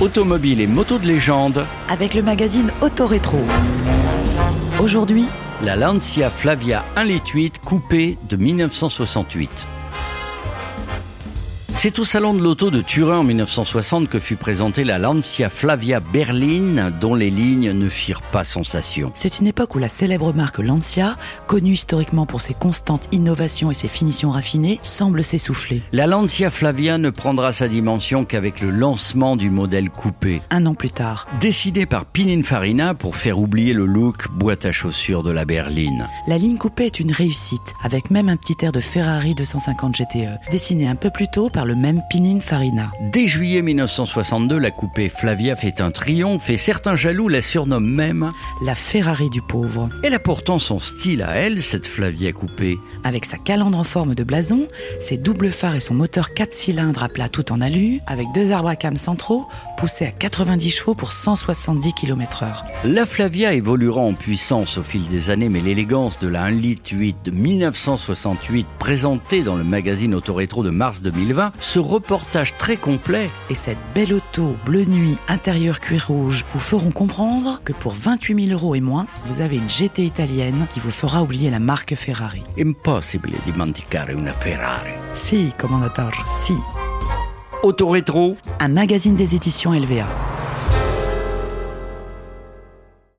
Automobiles et motos de légende, avec le magazine Autorétro. Aujourd'hui, la Lancia Flavia 1.8 coupée de 1968. C'est au Salon de l'Auto de Turin en 1960 que fut présentée la Lancia Flavia Berline, dont les lignes ne firent pas sensation. c'est une époque où la célèbre marque Lancia, connue historiquement pour ses constantes innovations et ses finitions raffinées, semble s'essouffler. La Lancia Flavia ne prendra sa dimension qu'avec le lancement du modèle coupé. Un an plus tard, Décidé par Pininfarina pour faire oublier le look boîte à chaussures de la berline. la ligne coupée est une réussite, avec même un petit air de Ferrari 250 GTE, E, dessiné un peu plus tôt par le même Pininfarina. Dès juillet 1962, la coupée Flavia fait un triomphe et certains jaloux la surnomment même. La Ferrari du pauvre. Elle a pourtant son style à elle, cette Flavia coupée. Avec sa calandre en forme de blason, ses doubles phares et son moteur 4 cylindres à plat tout en alu, avec deux arbres à cam centraux, poussés à 90 chevaux pour 170 km/h. La Flavia évoluera en puissance au fil des années, mais l'élégance de la 1,8 litre de 1968, présentée dans le magazine Autorétro de mars 2020, ce reportage très complet Et cette belle auto bleu nuit intérieur cuir rouge vous feront comprendre que pour 28 000 euros et moins, vous avez une GT italienne qui vous fera oublier la marque Ferrari. Impossible di mendicare una Ferrari. Si, commandateur, si. Autorétro Un magazine des éditions LVA.